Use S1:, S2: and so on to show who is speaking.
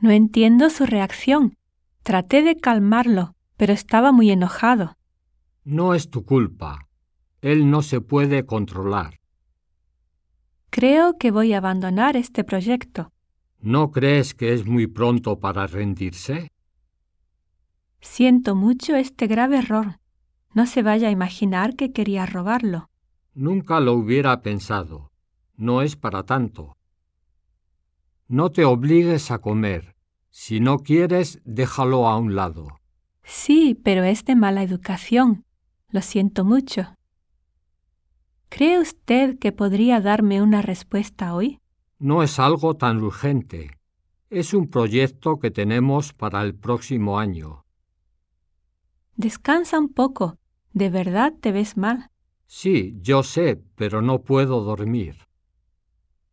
S1: No entiendo su reacción. Traté de calmarlo, pero estaba muy enojado.
S2: No es tu culpa. Él no se puede controlar.
S1: Creo que voy a abandonar este proyecto.
S2: ¿No crees que es muy pronto para rendirse?
S1: Siento mucho este grave error. No se vaya a imaginar que quería robarlo.
S2: Nunca lo hubiera pensado. No es para tanto. No te obligues a comer. Si no quieres, déjalo a un lado.
S1: Sí, pero es de mala educación. Lo siento mucho. ¿Cree usted que podría darme una respuesta hoy?
S2: No es algo tan urgente. Es un proyecto que tenemos para el próximo año.
S1: Descansa un poco. De verdad te ves mal.
S2: Sí, yo sé, pero no puedo dormir.